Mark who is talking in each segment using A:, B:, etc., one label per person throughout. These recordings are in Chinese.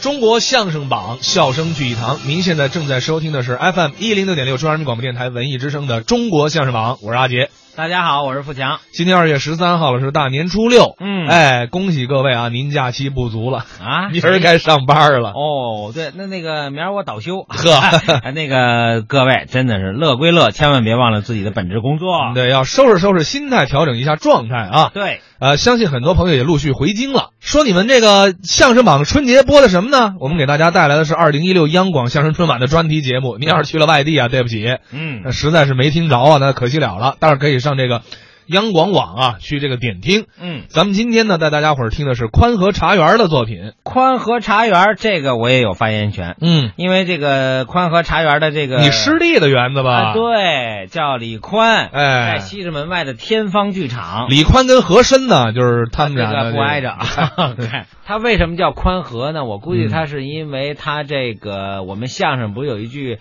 A: 中国相声榜，笑声聚一堂。您现在正在收听的是 FM 一零六点六中央人民广播电台文艺之声的《中国相声榜》，我是阿杰。
B: 大家好，我是富强。
A: 今天二月十三号了，是大年初六。
B: 嗯
A: 哎，恭喜各位啊，您假期不足了，
B: 啊，
A: 明儿该上班了。
B: 哦，对，那那个明儿我倒 休。
A: 呵
B: 哎那个各位真的是乐归乐，千万别忘了自己的本职工作。
A: 对，要收拾收拾心态，调整一下状态啊。
B: 对
A: 呃，相信很多朋友也陆续回京了。说你们这个相声榜春节播的什么呢？我们给大家带来的是二零一六央广相声春晚的专题节目。您要是去了外地啊，对不起，那
B: 嗯，
A: 实在是没听着啊，那可惜了了。但是可以上这个央广网啊去这个点听。
B: 嗯，
A: 咱们今天呢，带大家伙儿听的是宽和茶园的作品。
B: 宽和茶园这个我也有发言权，
A: 嗯，
B: 因为这个宽和茶园的这个
A: 你师弟的园子吧？
B: 啊，对，叫李宽，
A: 哎
B: 在西直门外的天方剧场。
A: 李宽跟和珅呢，就是他们
B: 这
A: 俩的
B: 个不挨着
A: 这
B: 啊
A: 个。
B: 对 他为什么叫宽和呢？我估计
A: 嗯
B: 他是因为他这个我们相声不是有一句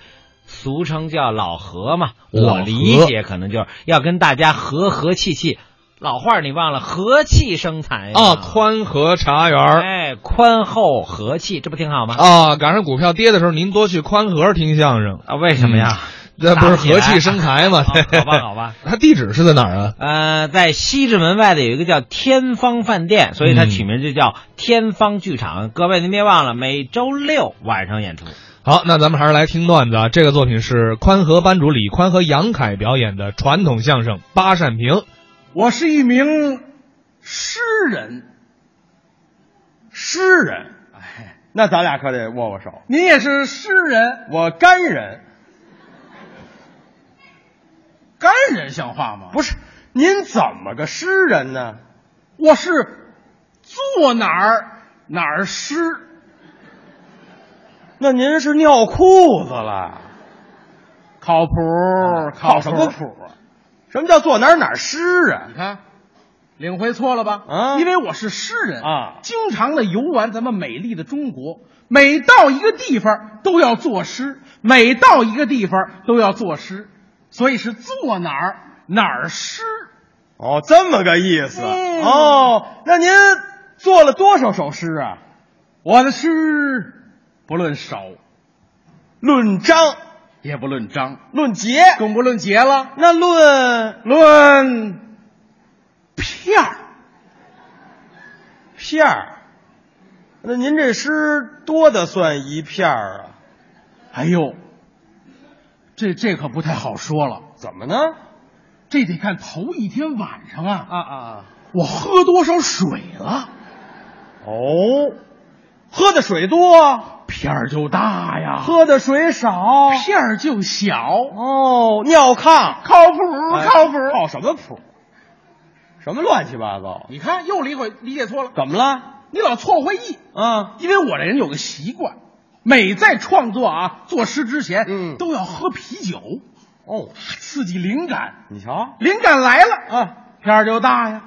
B: 俗称叫老和嘛？
A: 老
B: 我
A: 和
B: 理解可能就是要跟大家和和气气。老话儿你忘了，和气生财嘛
A: 啊，宽和茶园儿
B: 哎，宽厚和气，这不挺好吗？
A: 啊，赶上股票跌的时候，您多去宽和听相声，
B: 啊，为什么呀？
A: 那不是
B: 打不起
A: 和
B: 来
A: 气生财吗？
B: 好好吧，好吧。
A: 他地址是在哪儿啊？
B: 呃，在西直门外的有一个叫天方饭店，所以
A: 嗯
B: 它取名就叫天方剧场。各位您别忘了，每周六晚上演出。
A: 好，那咱们还是来听段子啊。这个作品是宽和班主李宽和杨凯表演的传统相声《八扇屏》。
C: 我是一名诗人，诗人。哎，
D: 那咱俩可得握握手。
C: 您也是诗人，
D: 我干人
C: 干人像话吗？
D: 不
C: 是，
D: 是，您怎么个诗人呢？
C: 我是坐哪儿哪儿诗，
D: 那您是尿裤子了？
C: 靠谱，
D: 靠
C: 什
D: 什
C: 么
D: 么
C: 谱
D: 谱？什么叫坐哪儿哪儿诗啊
C: 你？看，领会错了吧？
D: 啊
C: 因为我是诗人
D: 啊
C: 经常的游玩咱们美丽的中国，每到一个地方都要作诗，每到一个地方都要作诗，所以是坐哪儿哪儿诗。
D: 哦，这么个意思。
C: 嗯
D: 哦，那您做了多少首诗啊？
C: 我的诗不论首，
D: 论章，
C: 也不论章，
D: 论节，
C: 更不论节了，
D: 那论
C: 论片儿。
D: 片儿。那您这诗多的算一片儿啊？
C: 哎呦，这这可不太好说了，
D: 怎么呢？
C: 这得看头一天晚上啊
D: 啊啊！
C: 我喝多少水了，
D: 哦，喝的水多，
C: 片儿就大呀，
D: 喝的水少，
C: 片儿就小，
D: 哦，尿炕，
C: 靠谱
D: 哎
C: 靠谱。
D: 靠什么谱？什么乱七八糟？
C: 你看又理解理解错了，
D: 怎么了？
C: 你老错会意，
D: 啊，
C: 因为我这人有个习惯，每在创作啊作诗之前，
D: 嗯
C: 都要喝啤酒。
D: 哦，
C: 刺激灵感，
D: 你瞧，
C: 灵感来了，
D: 啊，
C: 片儿就大呀；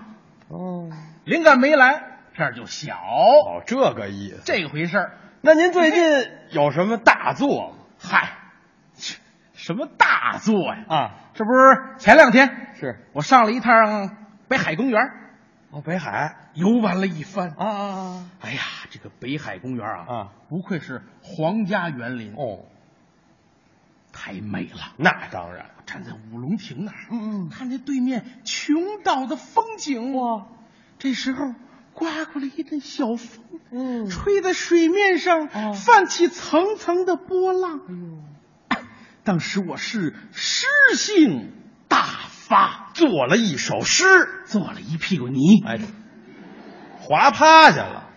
D: 哦，
C: 灵感没来，片儿就小。
D: 哦，这个意思。
C: 这回事儿，
D: 那您最近有什么大作吗？
C: 嗨，切什么大作呀？
D: 啊，
C: 这不是前两天
D: 是，
C: 我上了一趟北海公园，
D: 哦，北海，
C: 游玩了一番。
D: 啊啊
C: 哎呀，这个北海公园啊，
D: 啊，
C: 不愧是皇家园林，
D: 哦，
C: 太美了。
D: 那当然，
C: 站在五龙亭那儿，
D: 嗯嗯，
C: 看见对面琼岛的风景。哇！这时候刮过了一阵小风，
D: 嗯
C: 吹在水面上，
D: 哦
C: 泛起层层的波浪。
D: 哎
C: 当时我是诗性大发，
D: 做了一首诗，
C: 做了一屁股泥。
D: 哎，滑趴下了。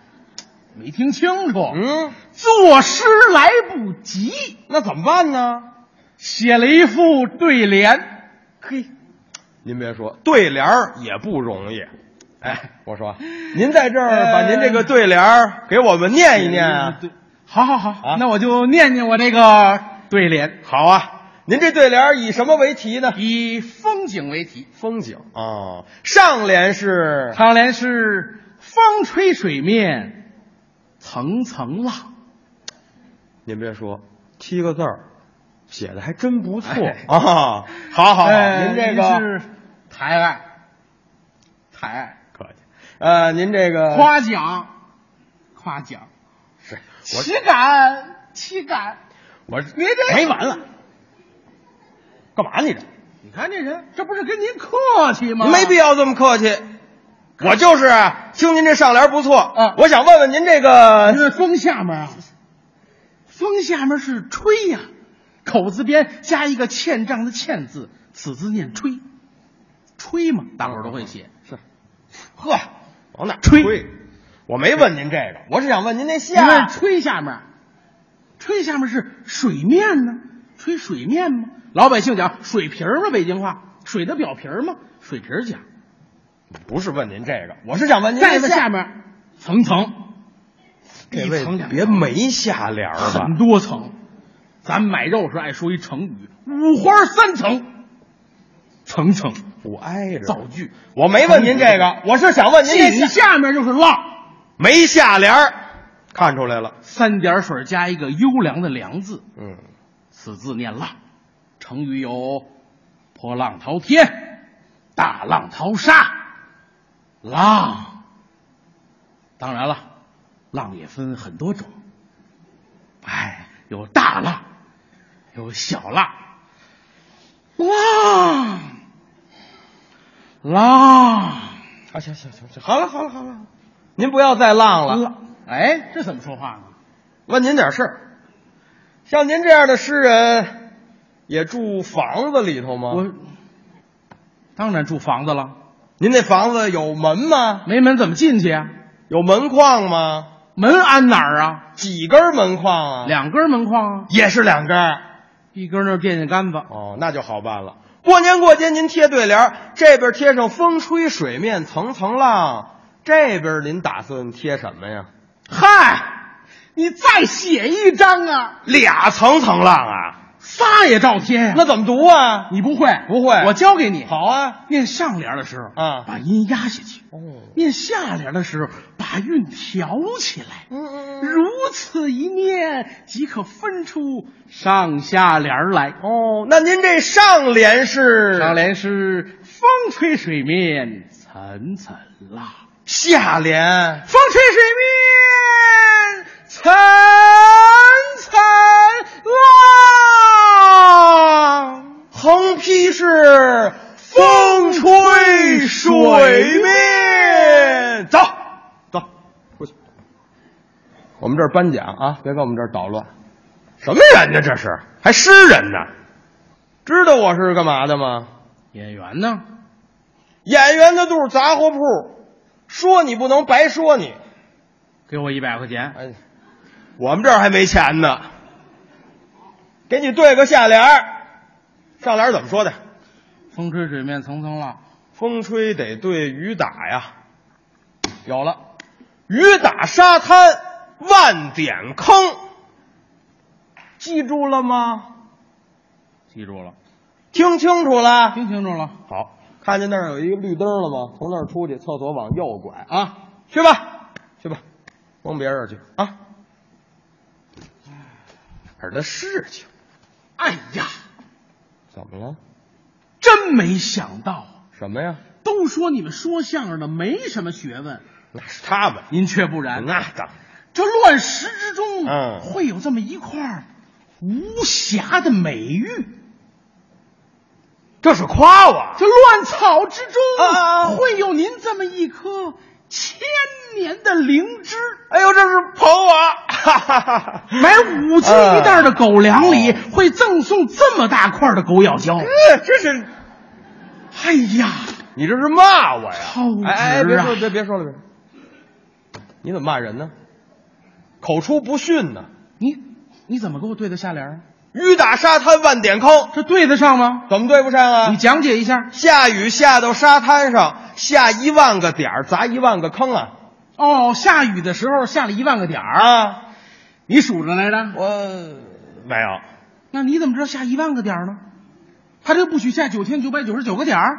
C: 没听清楚，
D: 嗯，
C: 作诗来不及，
D: 那怎么办呢？
C: 写了一副对联。
D: 嘿，您别说，对联儿也不容易。哎，我说，您在这儿把您这个对联儿给我们念一念啊。
C: 对，好好好，
D: 啊
C: 那我就念念我这个对联，
D: 好啊，您这对联儿以什么为题呢？
C: 以风景为题。
D: 风景哦，上联是
C: 上联是风吹水面，层层浪。
D: 您别说，七个字儿，写的还真不错
C: 哎
D: 啊。好好好，
C: 哎
D: 您这个
C: 是抬爱，抬爱，
D: 客气。呃，您这个
C: 夸奖，夸奖，
D: 是
C: 岂敢岂敢！
D: 我
C: 别这
D: 没完了，干嘛你这？
C: 你看这人，这不是跟您客气吗？
D: 没必要这么客气。啊我就是啊，听您这上联不错，
C: 嗯
D: 我想问问您这个，
C: 那风下面啊，风下面是吹呀、口字边加一个欠账的欠字，此字念吹，吹嘛，大伙儿都会写。
D: 是哎
C: 呵，
D: 哦往哪
C: 吹
D: 我没问您这个，我是想问您那
C: 你看
D: 下。
C: 吹下面，吹下面是水面呢，吹水面嘛。老百姓讲水瓶儿嘛，北京话，水的表皮儿嘛，水皮儿讲。
D: 不是问您这个，我是想问您
C: 再
D: 那
C: 在下面层层，
D: 哎这
C: 一
D: 位
C: 层两
D: 别
C: 层
D: 没下联儿吧
C: 很？多层。咱们买肉时爱说一成语“五花三层”，层层
D: 不挨着。
C: 造句。
D: 我没问您这个，我是想问您这
C: 紧下面就是浪，
D: 没下联儿，看出来了。
C: 三点水加一个优良的“良”字，
D: 嗯，
C: 此字念浪。成语有“破浪滔天”“大浪淘沙”“浪”。当然了，浪也分很多种，哎，有大浪，有小浪，浪，浪，
D: 啊，行行行行，好了好了好了，您不要再浪了。
C: 浪。哎，这怎么说话呢？
D: 问您点事儿，像您这样的诗人，也住房子里头吗？
C: 我当然住房子了，
D: 您那房子有门吗？
C: 没门怎么进去啊？
D: 有门框吗？
C: 门安哪儿啊？
D: 几根门框啊？
C: 两根门框啊，
D: 也是两根儿。
C: 一根儿那儿垫垫杆子，
D: 哦，那就好办了。过年过节您贴对联儿，这边贴上风吹水面层层浪，这边您打算贴什么呀？
C: 嗨，你再写一张啊，
D: 俩层层浪啊？
C: 仨也照贴呀、
D: 那怎么读啊？
C: 你不会？
D: 不会
C: 我教给你。，
D: 好啊。
C: 念上联的时候
D: 啊
C: 把音压下去；
D: 哦，
C: 念下联的时候，把韵挑起来。
D: 嗯嗯嗯。
C: 如此一念，即可分出上下联儿来。
D: 哦，那您这上联是
C: 上，联是风吹水面层层浪，
D: 下联
C: 风吹水面层层浪。
D: 横批是风吹水面。走走，出去。我们这儿颁奖啊，别跟我们这儿捣乱。什么人呢？这是还诗人呢？知道我是干嘛的吗？
C: 演员呢？
D: 演员的肚儿杂货铺，说你不能白说你。
C: 给我一百块钱，
D: 哎，我们这儿还没钱呢，给你对个下联儿。上联儿怎么说的？
C: 风吹水面层层浪。
D: 风吹得对雨打呀。有了，雨打沙滩万点坑，记住了吗？
C: 记住了，
D: 听清楚了。
C: 听清楚了
D: 好，看见那儿有一个绿灯了吗？从那儿出去，厕所往右拐，
C: 啊！
D: 去吧，去吧，蒙别人去啊。哪儿的事情？
C: 哎呀，
D: 怎么了？
C: 真没想到啊！
D: 什么呀？
C: 都说你们说相声的没什么学问，
D: 那是他们。
C: 您却不然。
D: 那当然。
C: 这乱石之中，
D: 嗯
C: 会有这么一块无瑕的美玉；
D: 这是夸我。
C: 这乱草之中，
D: 啊啊啊
C: 会有您这么一颗千年的灵芝。
D: 哎呦，这是捧我。哈哈哈哈。
C: 买五斤一袋的狗粮里，
D: 嗯
C: 会赠送这么大块的狗咬胶。
D: 这这是
C: 哎呀，
D: 你这是骂我呀
C: 好直！啊
D: 哎哎，别说别别说了，别说了，你怎么骂人呢？口出不逊呢！
C: 你你怎么给我对得下联啊？
D: 雨打沙滩万点坑，
C: 这对得上吗？
D: 怎么对不上
C: 你
D: 啊？
C: 讲解一下。
D: 下雨下到沙滩上，下一万个点儿，砸一万个坑啊！
C: 哦，下雨的时候下了一万个点儿，
D: 啊，
C: 你数着来着。
D: 我没有，
C: 那你怎么知道下一万个点儿呢？他这个不许下九千九百九十九个点儿，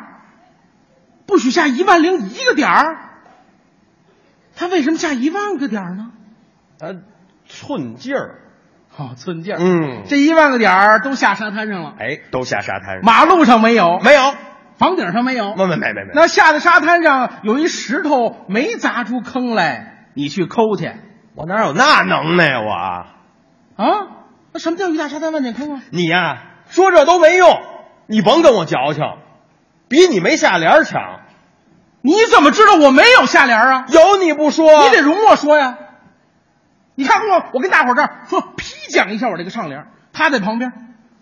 C: 不许下一万零一个点儿。他为什么下一万个点儿呢？
D: 呃，寸劲儿，
C: 好、寸劲儿。
D: 嗯
C: 这一万个点儿都下沙滩上了，
D: 哎，都下沙滩上，
C: 马路上没有，
D: 没有，
C: 房顶上没有。
D: 没没没没没，
C: 那下的沙滩上有一石头没砸出坑来，你去抠去。
D: 我哪有那能耐呀？我，
C: 啊？那什么叫鱼大沙滩万年空啊？
D: 你呀、说这都没用，你甭跟我矫情，比你没下联儿强。
C: 你怎么知道我没有下联啊？
D: 有你不说，
C: 你得容我说呀。你看我，我跟大伙儿这儿说，批讲一下我这个上联儿，他在旁边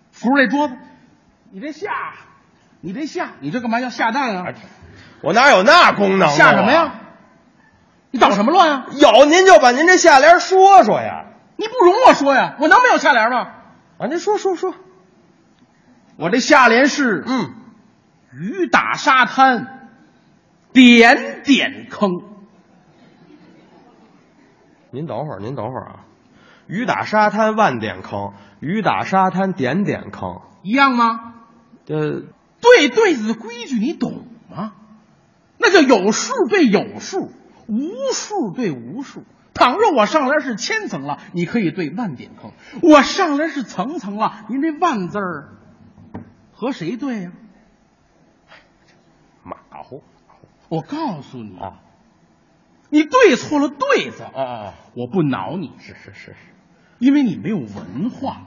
C: 扶着这桌子，你这下，你这下，你这干嘛要下蛋啊？
D: 我哪有那功能？啊
C: 下什么呀？？你捣什么乱啊？
D: 有您就把您这下联说说呀。
C: 你不容我说呀，我能没有下联吗？
D: 啊，您说说说。
C: 我这下联是
D: 嗯，
C: 雨打沙滩，点点坑。
D: 您等会儿，您等会儿啊。雨打沙滩万点坑，雨打沙滩点点坑。
C: 一样吗？
D: 这
C: 对对子的规矩你懂吗？那叫有数对有数，无数对无数。倘若我上联是千层了，你可以对万点坑；我上联是层层了，您这万字儿和谁对呀、
D: 马虎
C: 我告诉你，
D: 啊！
C: 你对错了对子，
D: 哦哦，
C: 我不挠你，
D: 是是是，
C: 因为你没有文化。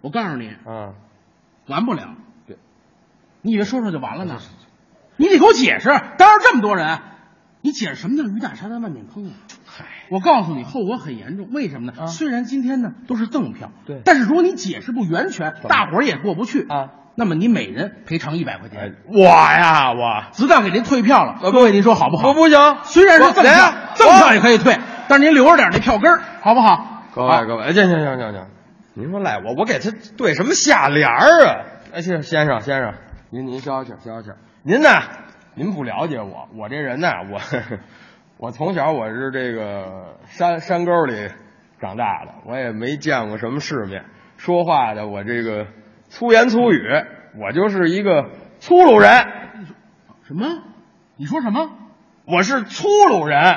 C: 我告诉你，
D: 嗯，
C: 完不了
D: 对。
C: 你以为说说就完了呢？你得给我解释。当着这么多人，你解释什么叫雨打沙滩万点坑啊？
D: 嗨，啊
C: 我告诉你，后果很严重。为什么呢？虽然今天呢都是赠票，
D: 对
C: 但是如果你解释不圆全，大伙儿也过不去
D: 啊。
C: 那么你每人赔偿一百块钱，
D: 哎我呀我，
C: 子弹给您退票了。各位，您说好不好？
D: 呃我不行，
C: 虽然是赠
D: 我谁
C: 票
D: 呀，
C: 赠票也
D: 以。
C: 可以退，但是您留着点那票根儿，好不好？
D: 各
C: 好
D: 位各位，哎行行行行行，您说赖我，我给他对什么下联儿啊？哎，先生先生先生，您您消消气儿消消气儿，您呢？您不了解我，我这人呢，我 我从小我是这个山山沟里长大的，我也没见过什么世面，说话的我这个粗言粗语，我就是一个粗鲁人，
C: 什么？你说什么？
D: 我是粗鲁人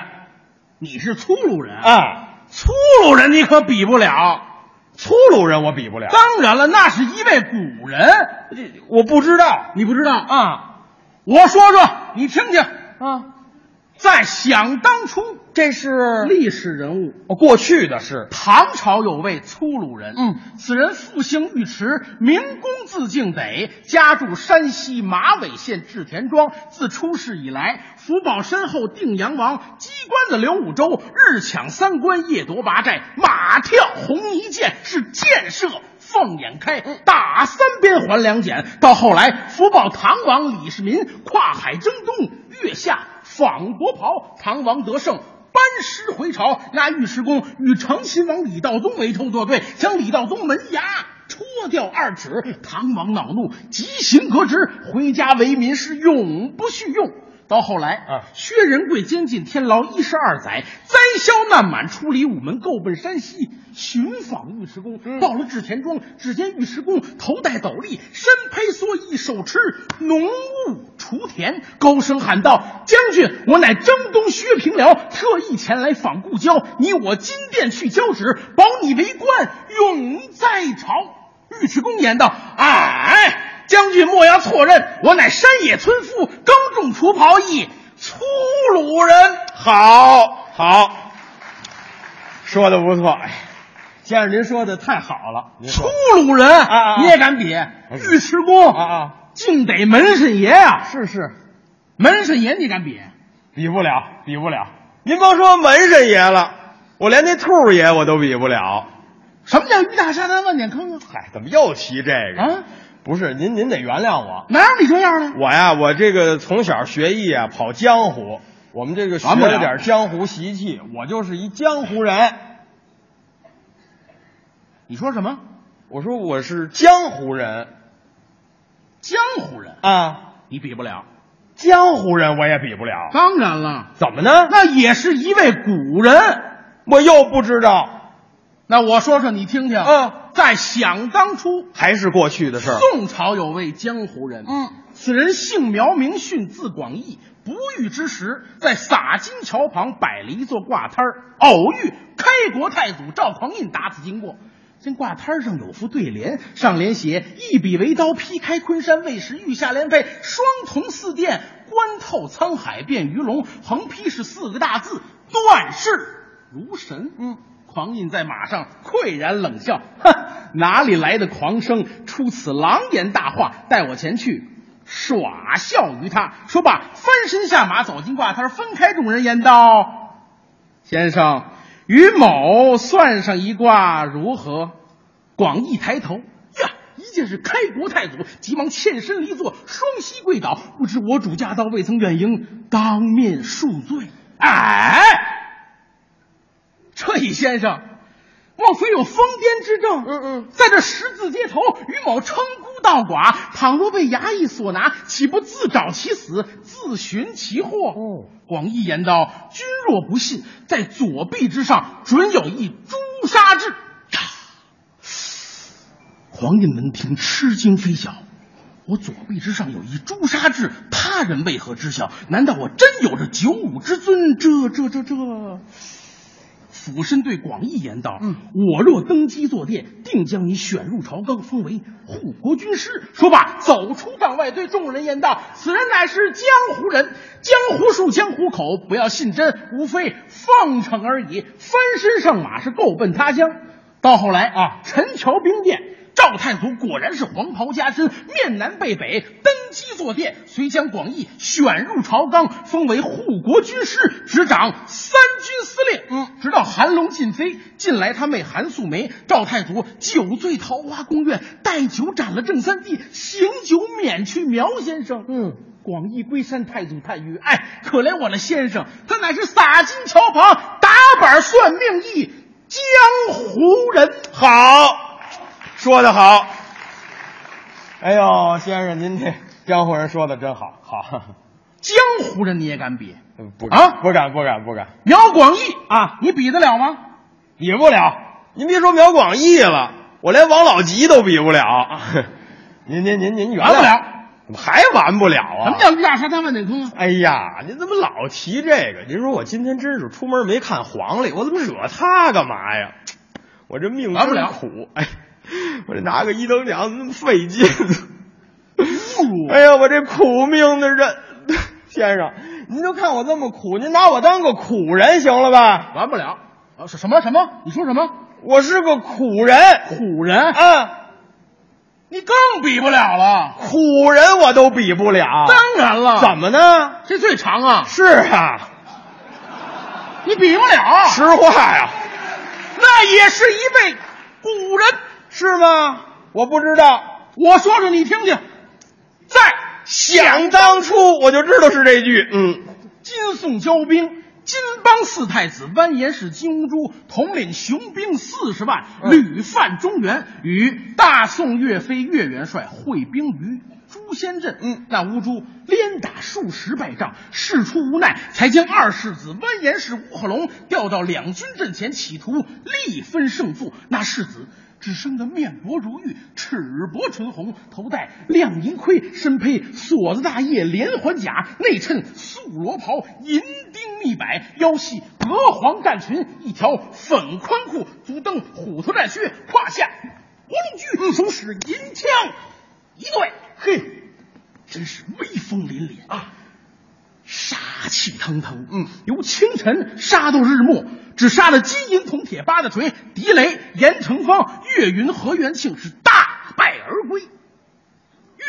C: 你是粗鲁人？
D: 啊，
C: 粗鲁人你可比不了。
D: 粗鲁人我比不了，
C: 当然了，那是一位古人，
D: 我不知道
C: 你不知道啊？
D: 啊。
C: 我说说，你听听啊。在想当初，
D: 这是
C: 历史人物
D: 哦，过去的事，
C: 唐朝有位粗鲁人，
D: 嗯，
C: 此人复姓尉迟，名公字敬北，家住山西马尾县志田庄。自出世以来，福保身后定阳王，鸡冠子刘五州，日抢三关，夜夺八寨，马跳红泥涧，是箭射。凤眼开，
D: 嗯
C: 打三边还两简。到后来，福保唐王李世民跨海征东，月下仿国袍，唐王得胜，班师回朝，那尉迟恭与成亲王李道宗为头作对，将李道宗门牙戳掉二指。唐王恼怒，急行革职，回家为民，是永不叙用。到后来
D: 啊
C: 薛仁贵监禁天牢一十二载，灾消难满，出离午门，够奔山西，寻访尉迟恭。到了志田庄，只见尉迟恭头戴斗笠，身披蓑衣，手持浓雾锄田，高声喊道：“将军，我乃征东薛平辽，特意前来访故交，你我金殿去交旨，保你为官，永在朝。”尉迟恭言道：“哎。”将军莫要错认，我乃山野村夫，耕种除庖役，粗鲁人。
D: 好，好，说的不错，哎，先生您说的太好了，您
C: 粗
D: 说
C: 鲁人，
D: 啊啊
C: 你也敢比？尉迟恭
D: 啊啊，
C: 竟得门神爷呀、
D: 是是，
C: 门神爷你敢比？
D: 比不了，比不了，您甭说门神爷了，我连那兔爷我都比不了，
C: 什么叫鱼大沙滩万点坑啊？
D: 嗨，怎么又提这个？
C: 啊，
D: 不是您您得原谅我，
C: 哪有你这样的？
D: 我呀，我这个从小学艺啊，跑江湖，我们这个学
C: 完不了
D: 了点江湖习气，我就是一江湖人。
C: 你说什么？
D: 我说我是江湖人
C: 江湖人
D: 啊，
C: 你比不了。
D: 江湖人我也比不了。
C: 当然了，
D: 怎么呢？
C: 那也是一位古人。
D: 我又不知道，
C: 那我说说你听听。
D: 嗯，
C: 在想当初，
D: 还是过去的事儿。
C: 宋朝有位江湖人，嗯，此人姓苗，名逊，字广义。不遇之时，在洒金桥旁摆了一座挂摊儿，偶遇开国太祖赵匡胤打此经过。这挂摊儿上有副对联，上联写“一笔为刀，劈开昆山卫时玉下连飞，双瞳似电，观透沧海变鱼龙”，横批是四个大字：断世如神。
D: 嗯，
C: 狂印在马上，喟然冷笑：“哼，哪里来的狂生？出此狼言大话！带我前去，耍笑于他。”说罢，翻身下马，走进挂摊，分开众人言道：“先生，与某算上一卦如何？”广义抬头，呀，一见是开国太祖，急忙欠身离座，双膝跪倒。不知我主驾到，未曾远迎，当面恕罪。哎。这一先生，莫非有疯癫之症？嗯嗯，在这十字街头与某称孤道寡，倘若被衙役所拿，岂不自找其死，自寻其祸？哦，广义言道：“君若不信，在左臂之上准有一诛杀啊志。”黄印闻听，吃惊非小。我左臂之上有一诛杀志，他人为何知晓？难道我真有着九五之尊？这这这这。俯身对广义言道：“嗯，我若登基坐殿，定将你选入朝纲，封为护国军师。”说罢，走出帐外，对众人言道：“此人乃是江湖人，江湖术，江湖口，不要信真，无非奉承而已。翻身上马是够奔他乡。”到后来啊，陈桥兵变，赵太祖果然是黄袍加身，面南背北，登基坐殿，遂将广义选入朝纲，封为护国军师，执掌三军司令。嗯，直到韩龙进妃，近来他妹韩素梅，赵太祖酒醉桃花宫苑，带酒斩了郑三弟，行酒免去苗先生。嗯。广义归山太祖叹曰：“哎，可怜我那先生，他乃是洒金桥旁打板算命艺，江湖人。
D: 好，说的好。哎呦，先生，您这江湖人说的真好，好，
C: 江湖人你也敢比？
D: 嗯不敢
C: 啊
D: 不敢，不敢，不敢，
C: 苗广义
D: 啊，
C: 你比得了吗？
D: 比不了。您别说苗广义了，我连王老吉都比不了。 您您您您原
C: 完
D: 谅
C: 不了，
D: 怎么还完不了啊？
C: 什么叫压沙滩万里空啊？
D: 哎呀，您怎么老提这个？您说我今天真是出门没看黄历，我怎么惹他干嘛呀？我这命
C: 完不了
D: 真苦，哎，我这拿个一等奖怎么那么费劲？
C: 侮辱
D: 哎呀，我这苦命的人， 先生，您就看我这么苦，您拿我当个苦人行了吧？
C: 完不了啊！什什么什么？你说什么？
D: 我是个苦人，
C: 苦人？
D: 啊，
C: 你更比不了了。
D: 苦人我都比不了，
C: 当然了，
D: 啊怎么呢？
C: 这最长啊？
D: 是啊，
C: 你比不了，
D: 实话呀、
C: 那也是一位古人。
D: 是吗？我不知道。
C: 我说说你听听，在
D: 想当初我就知道是这句，嗯，
C: 金宋交兵，金邦四太子完颜氏金兀术统领雄兵四十万，屡犯中原，与大宋岳飞岳元帅会兵于朱仙镇。嗯，那乌珠连打数十败仗，事出无奈，才将二世子完颜氏乌合龙调到两军阵前，企图力分胜负。那世子。只生得面薄如玉，齿薄唇红，头戴亮银盔，身披锁子大叶连环甲，内衬素罗袍，银钉密摆，腰系鹅黄战裙，一条粉宽裤，足蹬虎头战靴，胯下黄龙驹，手使银枪一对，嘿，真是威风凛凛啊！杀气腾腾，嗯，由清晨杀到日暮，只杀了金银铜铁八大锤、狄雷、严成方、岳云、何元庆是大败而归。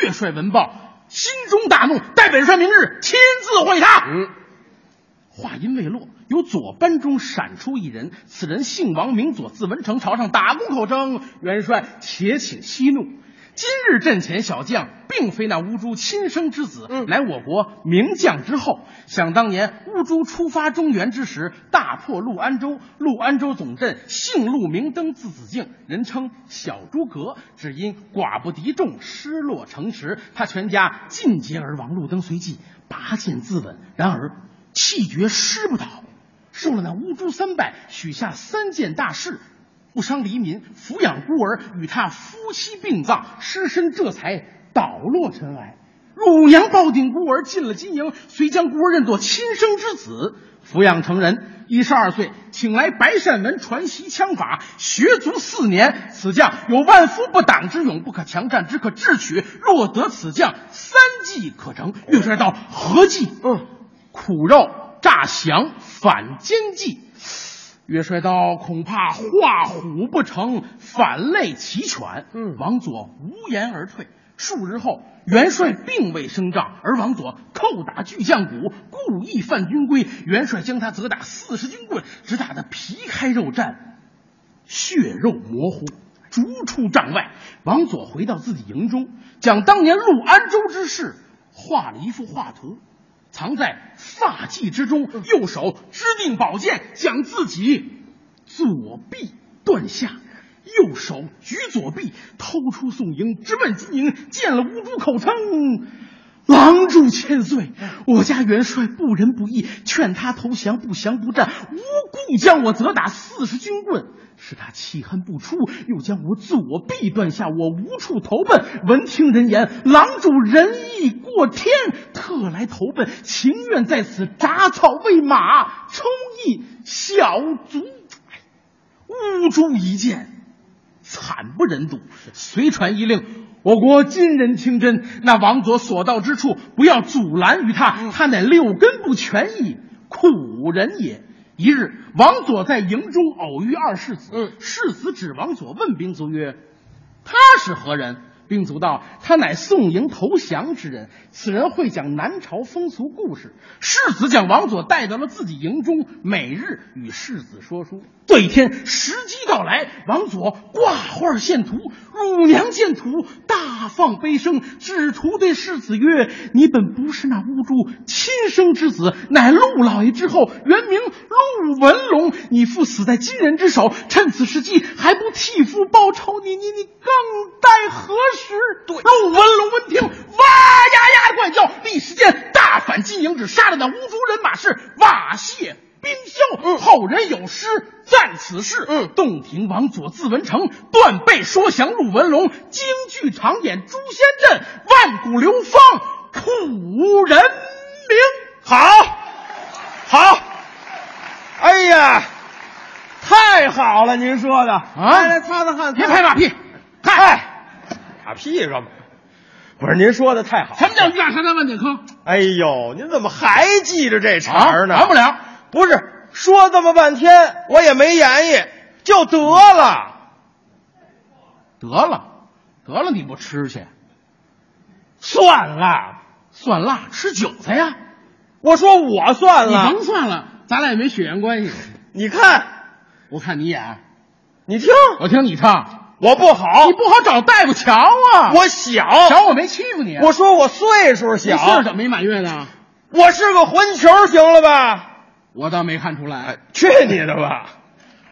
C: 岳帅闻报，心中大怒，待本帅明日亲自会他。
D: 嗯，
C: 话音未落，由左班中闪出一人，此人姓王，名左，字文成，朝上打工口称。元帅且请息怒。今日阵前小将，并非那乌珠亲生之子，
D: 嗯
C: 乃我国名将之后。想当年，乌珠出发中原之时，大破陆安州，陆安州总镇姓陆名登，字子敬，人称小诸葛。只因寡不敌众，失落城池，他全家尽竭而亡。陆登随即拔剑自刎，然而气绝尸不倒，受了那乌珠三拜，许下三件大事：不伤黎民，抚养孤儿，与他夫妻并葬，尸身这才倒落尘埃。汝阳抱鼎孤儿进了金营，遂将孤儿认作亲生之子，抚养成人。一十二岁，请来白善文传习枪法，学足四年。此将有万夫不挡之勇，不可强战之可智取。若得此将，三计可成。岳帅道：何计？嗯，苦肉、诈降、反间计。岳帅道恐怕画虎不成，反类齐全。
D: 嗯
C: 王佐无言而退。数日后，元帅并未升帐，而王佐叩打巨象鼓，故意犯军规。元帅将他责打四十军棍，直打得皮开肉绽，血肉模糊，逐出帐外。王佐回到自己营中，将当年陆安州之事画了一幅画图，藏在发髻之中，右手支定宝剑，将自己左臂断下。右手举左臂，偷出宋营，直奔金营，见了乌珠口称。狼主千岁，我家元帅不仁不义，劝他投降，不降不战，无故将我责打四十军棍，使他气恨不出，又将我左臂断下，我无处投奔。闻听人言，狼主仁义过天，特来投奔，情愿在此铡草喂马，充役小卒。乌珠一见，惨不忍睹。随传一令，我国今人听真，那王佐所到之处，不要阻拦于他，他乃六根不全矣，苦人也。一日，王佐在营中偶遇二世子，世子指王佐问兵卒曰：“他是何人？”兵卒道：“他乃宋营投降之人，此人会讲南朝风俗故事。”世子将王佐带到了自己营中，每日与世子说书。这一天时机到来，王佐挂画献图，乳娘见图大放悲声，制图对世子曰：“你本不是那乌珠亲生之子，乃陆老爷之后，原名陆文龙。你父死在金人之手，趁此时机还不替父报仇，你你你更待何时？”对，陆文龙闻听，哇呀呀的怪叫，立时间大反金营，只杀了那乌珠人马是瓦谢。冰消，后人有诗赞此事。嗯，洞庭王佐字文成，断背说降陆文龙，京剧长演诛仙阵，万古流芳苦人名。
D: 好，好，哎呀，太好了！您说的啊来来擦擦汗，哎
C: 别哎拍马屁，
D: 嗨，打屁干嘛？不是您说的太好了。
C: 什么叫鱼跃山山万点坑？
D: 哎呦，您怎么还记着这茬儿呢？
C: 完不了。
D: 啊不是说这么半天，我也没言语，就得了。
C: 得了，得了，你不吃去，
D: 算了，
C: 算辣吃韭菜呀、
D: 我说我算
C: 你
D: 了
C: 甭。算了，咱俩也没血缘关系。
D: 你看，
C: 我看你演，
D: 你听，
C: 我听你唱，
D: 我不好
C: 你，不好找大夫瞧啊。
D: 我小，
C: 瞧我没欺负你啊，
D: 我说我岁数
C: 你岁数
D: 小，
C: 怎么没满月啊呢？
D: 我是个混球，行了吧？
C: 我倒没看出来。
D: 去你的吧！